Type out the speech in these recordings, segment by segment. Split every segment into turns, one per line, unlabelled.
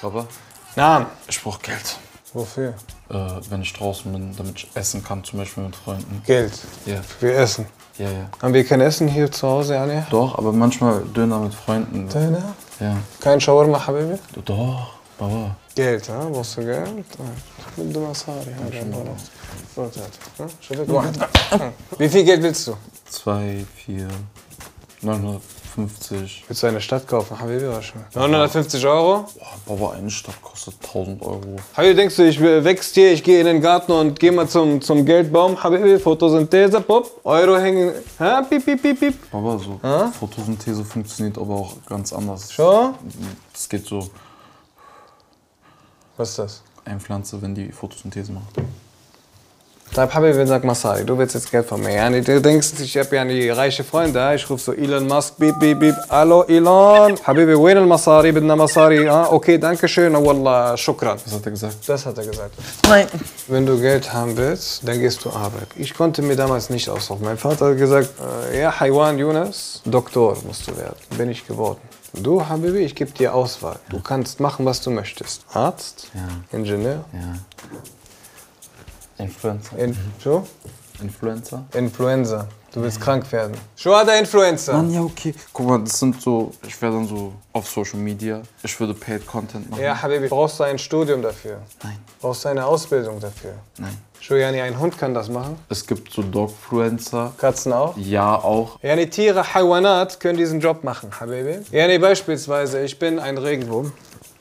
Papa,
Nein.
ich brauche Geld.
Wofür?
Äh, wenn ich draußen bin, damit ich essen kann, zum Beispiel mit Freunden.
Geld.
Ja,
Wir essen.
ja, ja.
Haben wir kein Essen hier zu Hause, Anja?
Doch, aber manchmal Döner mit Freunden.
Döner?
Ja.
Kein Shawarma, Habibi?
Doch, Baba.
جيت ها بص قلت بده مصاري هذا خلاص فوتات ها شفت واحد Hm. Wie viel Geld willst du?
2, 4, 950.
Willst du eine Stadt kaufen? Habibi, was schon? 950 Euro?
Boah, Baba, eine Stadt kostet 1000 Euro.
Habibi, denkst du, ich wächst hier, ich gehe in den Garten und gehe mal zum, zum Geldbaum? Habibi, Photosynthese, pop, Euro hängen, ha, piep, piep, piep, piep.
Baba, so Photosynthese funktioniert aber auch ganz anders.
So?
Es geht so,
Was ist das?
eine Pflanze, wenn die Photosynthese macht.
Dein Papi will sagt Masari, du willst jetzt Geld von mir. Yani, du denkst, ich habe ja die reiche Freunde. ah? Ich rufe so Elon Musk, bip, bip, bip. Hallo Elon. Habibi, wen al Masari, bidna Masari. Ah, okay, danke schön. Wallah, shukran.
Was hat er gesagt?
Das hat er gesagt. Wenn du Geld haben willst, dann gehst du arbeiten. Ich konnte mir damals nicht aussuchen. Mein Vater hat gesagt, äh, ja, Haiwan Yunus, Doktor musst du werden. Bin ich geworden. Du, Habibi, ich gebe dir Auswahl. Du kannst machen, was du möchtest. Arzt,
Ja.
Ingenieur,
Ja. Influencer.
in, so?
Influencer?
Influenza. Du willst krank werden. Schuhada Influenza.
Mann, ja, okay. Guck mal, das sind so, ich wäre dann so auf Social Media. Ich würde Paid Content machen.
Ja, Habibi, brauchst du ein Studium dafür?
Nein,
Brauchst du eine Ausbildung dafür?
nein.
Schujani, ein Hund kann das machen.
Es gibt so Dogfluencer.
Katzen auch.
Ja, auch.
Yani Tiere, Haiwanat können diesen Job machen, Habibi. Yani beispielsweise, ich bin ein Regenwurm.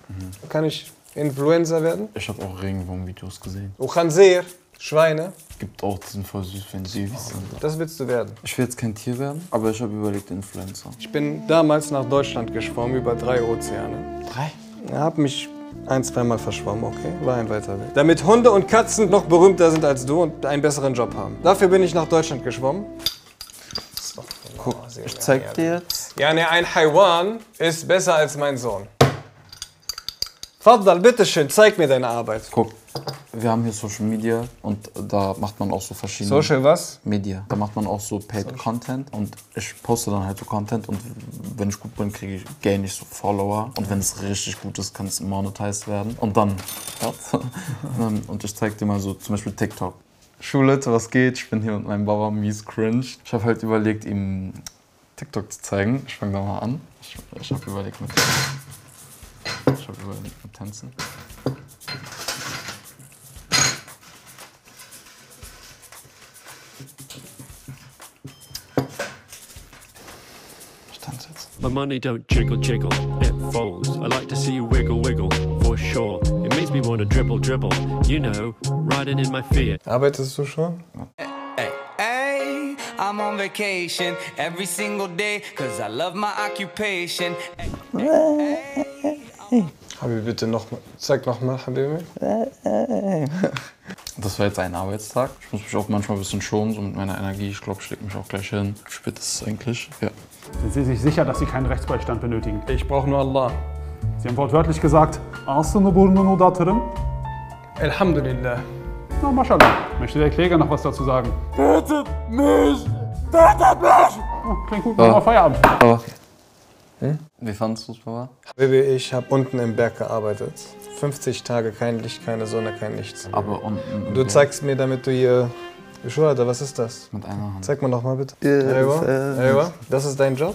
Mhm.
Kann ich Influenza werden?
Ich habe auch Regenwurm-Videos gesehen.
Uchanseer, Schweine,
Gibt auch, die sind voll süß, wenn sie süß sind.
das willst du werden.
Ich will jetzt kein Tier werden, aber ich habe überlegt, Influencer.
Ich bin damals nach Deutschland geschwommen, über drei Ozeane.
Drei?
Hab mich ein, zweimal verschwommen, okay? War ein weiter Weg. Damit Hunde und Katzen noch berühmter sind als du und einen besseren Job haben. Dafür bin ich nach Deutschland geschwommen.
Guck, ich zeig dir jetzt.
Ja, ne, ein Haiwan ist besser als mein Sohn. Fadal, bitteschön, zeig mir deine Arbeit.
Guck, wir haben hier Social Media und da macht man auch so verschiedene...
Social was?
Media. Da macht man auch so Paid Content und ich poste dann halt so Content und wenn ich gut bin, kriege ich gain ich so Follower und wenn es richtig gut ist, kann es monetized werden und dann Ähm, und ich zeig dir mal so zum Beispiel TikTok. Schule, was geht? Ich bin hier mit meinem Baba mies cringe. Ich habe halt überlegt, ihm TikTok zu zeigen. Ich fange da mal an. Ich, ich habe überlegt mit ich habe überlegt mit Tänzen. Ich tanze jetzt.
My money don't jiggle jiggle, it falls. I like to see you wiggle wiggle, for sure. It makes me want to dribble dribble, you know, riding in my Fiat.
Arbeitest du schon?
Hey, hey, I'm on vacation every single day because I love my occupation.
Habibi, bitte nochmal. Zeig nochmal, Habibi.
Das war jetzt ein Arbeitstag. Ich muss mich auch manchmal ein bisschen schonen, so mit meiner Energie. Ich glaube, ich leg mich auch gleich hin. Wie spät ist es eigentlich? Ja.
Sind Sie sich sicher, dass Sie keinen Rechtsbeistand benötigen?
Ich brauche nur Allah.
Sie haben wortwörtlich gesagt, aslını burnunu datırım.
Alhamdulillah.
Na, maschallah. Möchte der Kläger noch was dazu sagen? Tötet mich! Tötet mich! Oh, klingt gut, machen wir Feierabend.
Aber. Wie fandest du es, Papa?
Habibi, ich habe unten im Berg gearbeitet. 50 Tage kein Licht, keine Sonne, kein Nichts.
Aber unten. im
Du
Berg
zeigst mir, damit du hier. Schuhe, was ist das?
Mit einer Hand.
Zeig mal nochmal bitte. Elba, Elba, das ist dein Job?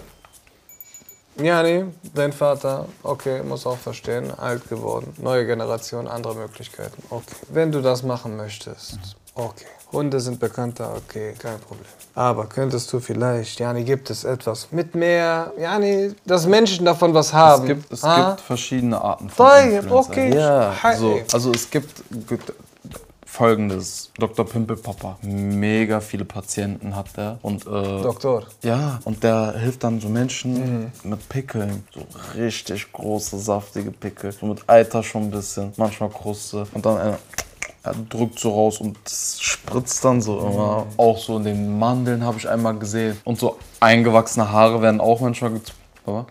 Ja, nee, dein Vater, okay, muss auch verstehen, alt geworden, neue Generation, andere Möglichkeiten, okay. Wenn du das machen möchtest, okay. Hunde sind bekannter, okay, kein Problem. Aber könntest du vielleicht, Jani, gibt es etwas mit mehr, Jani, dass Menschen davon was haben?
Es gibt, es
Ah,
gibt verschiedene Arten von
Toll,
Influencer.
okay.
Ja.
Hi.
So, also es gibt, gibt folgendes. Dr. Pimpelpopper. Mega viele Patienten hat er. Und, äh,
Doktor,
Ja, und der hilft dann so Menschen
Mhm.
mit Pickeln. So richtig große, saftige Pickel. So mit Eiter schon ein bisschen, manchmal Kruste. Und dann einer er drückt so raus und es spritzt dann so
Mhm.
immer. Auch so in den Mandeln habe ich einmal gesehen. Und so eingewachsene Haare werden auch manchmal gezogen. Aber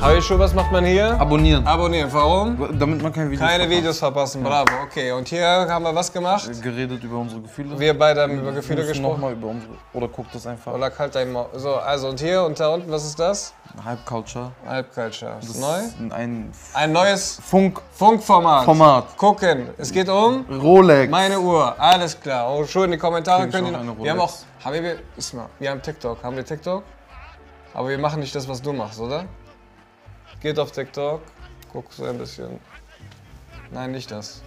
Habichu, was macht man hier?
Abonnieren.
Abonnieren, warum?
Damit man keine Videos
Keine
verpasst.
Videos verpassen, bravo. Okay, und hier haben wir was gemacht?
Geredet über unsere Gefühle.
Wir beide haben über
Wir
Gefühle
müssen noch
gesprochen.
mal über unsere. Oder guckt das einfach.
Oder kalt dein Maul. So, also und hier und da unten, was ist das?
Hype Culture.
Halbculture. Ist neu?
Ein- Ein
Ein neues
Funk.
Funkformat.
Format.
Gucken. Es geht um
Rolex.
meine Uhr. Alles klar. Und schon in die Kommentare
Krieg ich
könnt ihr
noch
noch.
eine
Wir haben auch.
Rolex?
Haben wir, ist mal, wir haben TikTok. Haben wir TikTok? Aber wir machen nicht das, was du machst, oder? Geht auf TikTok. Guck so ein bisschen. Nein, nicht das.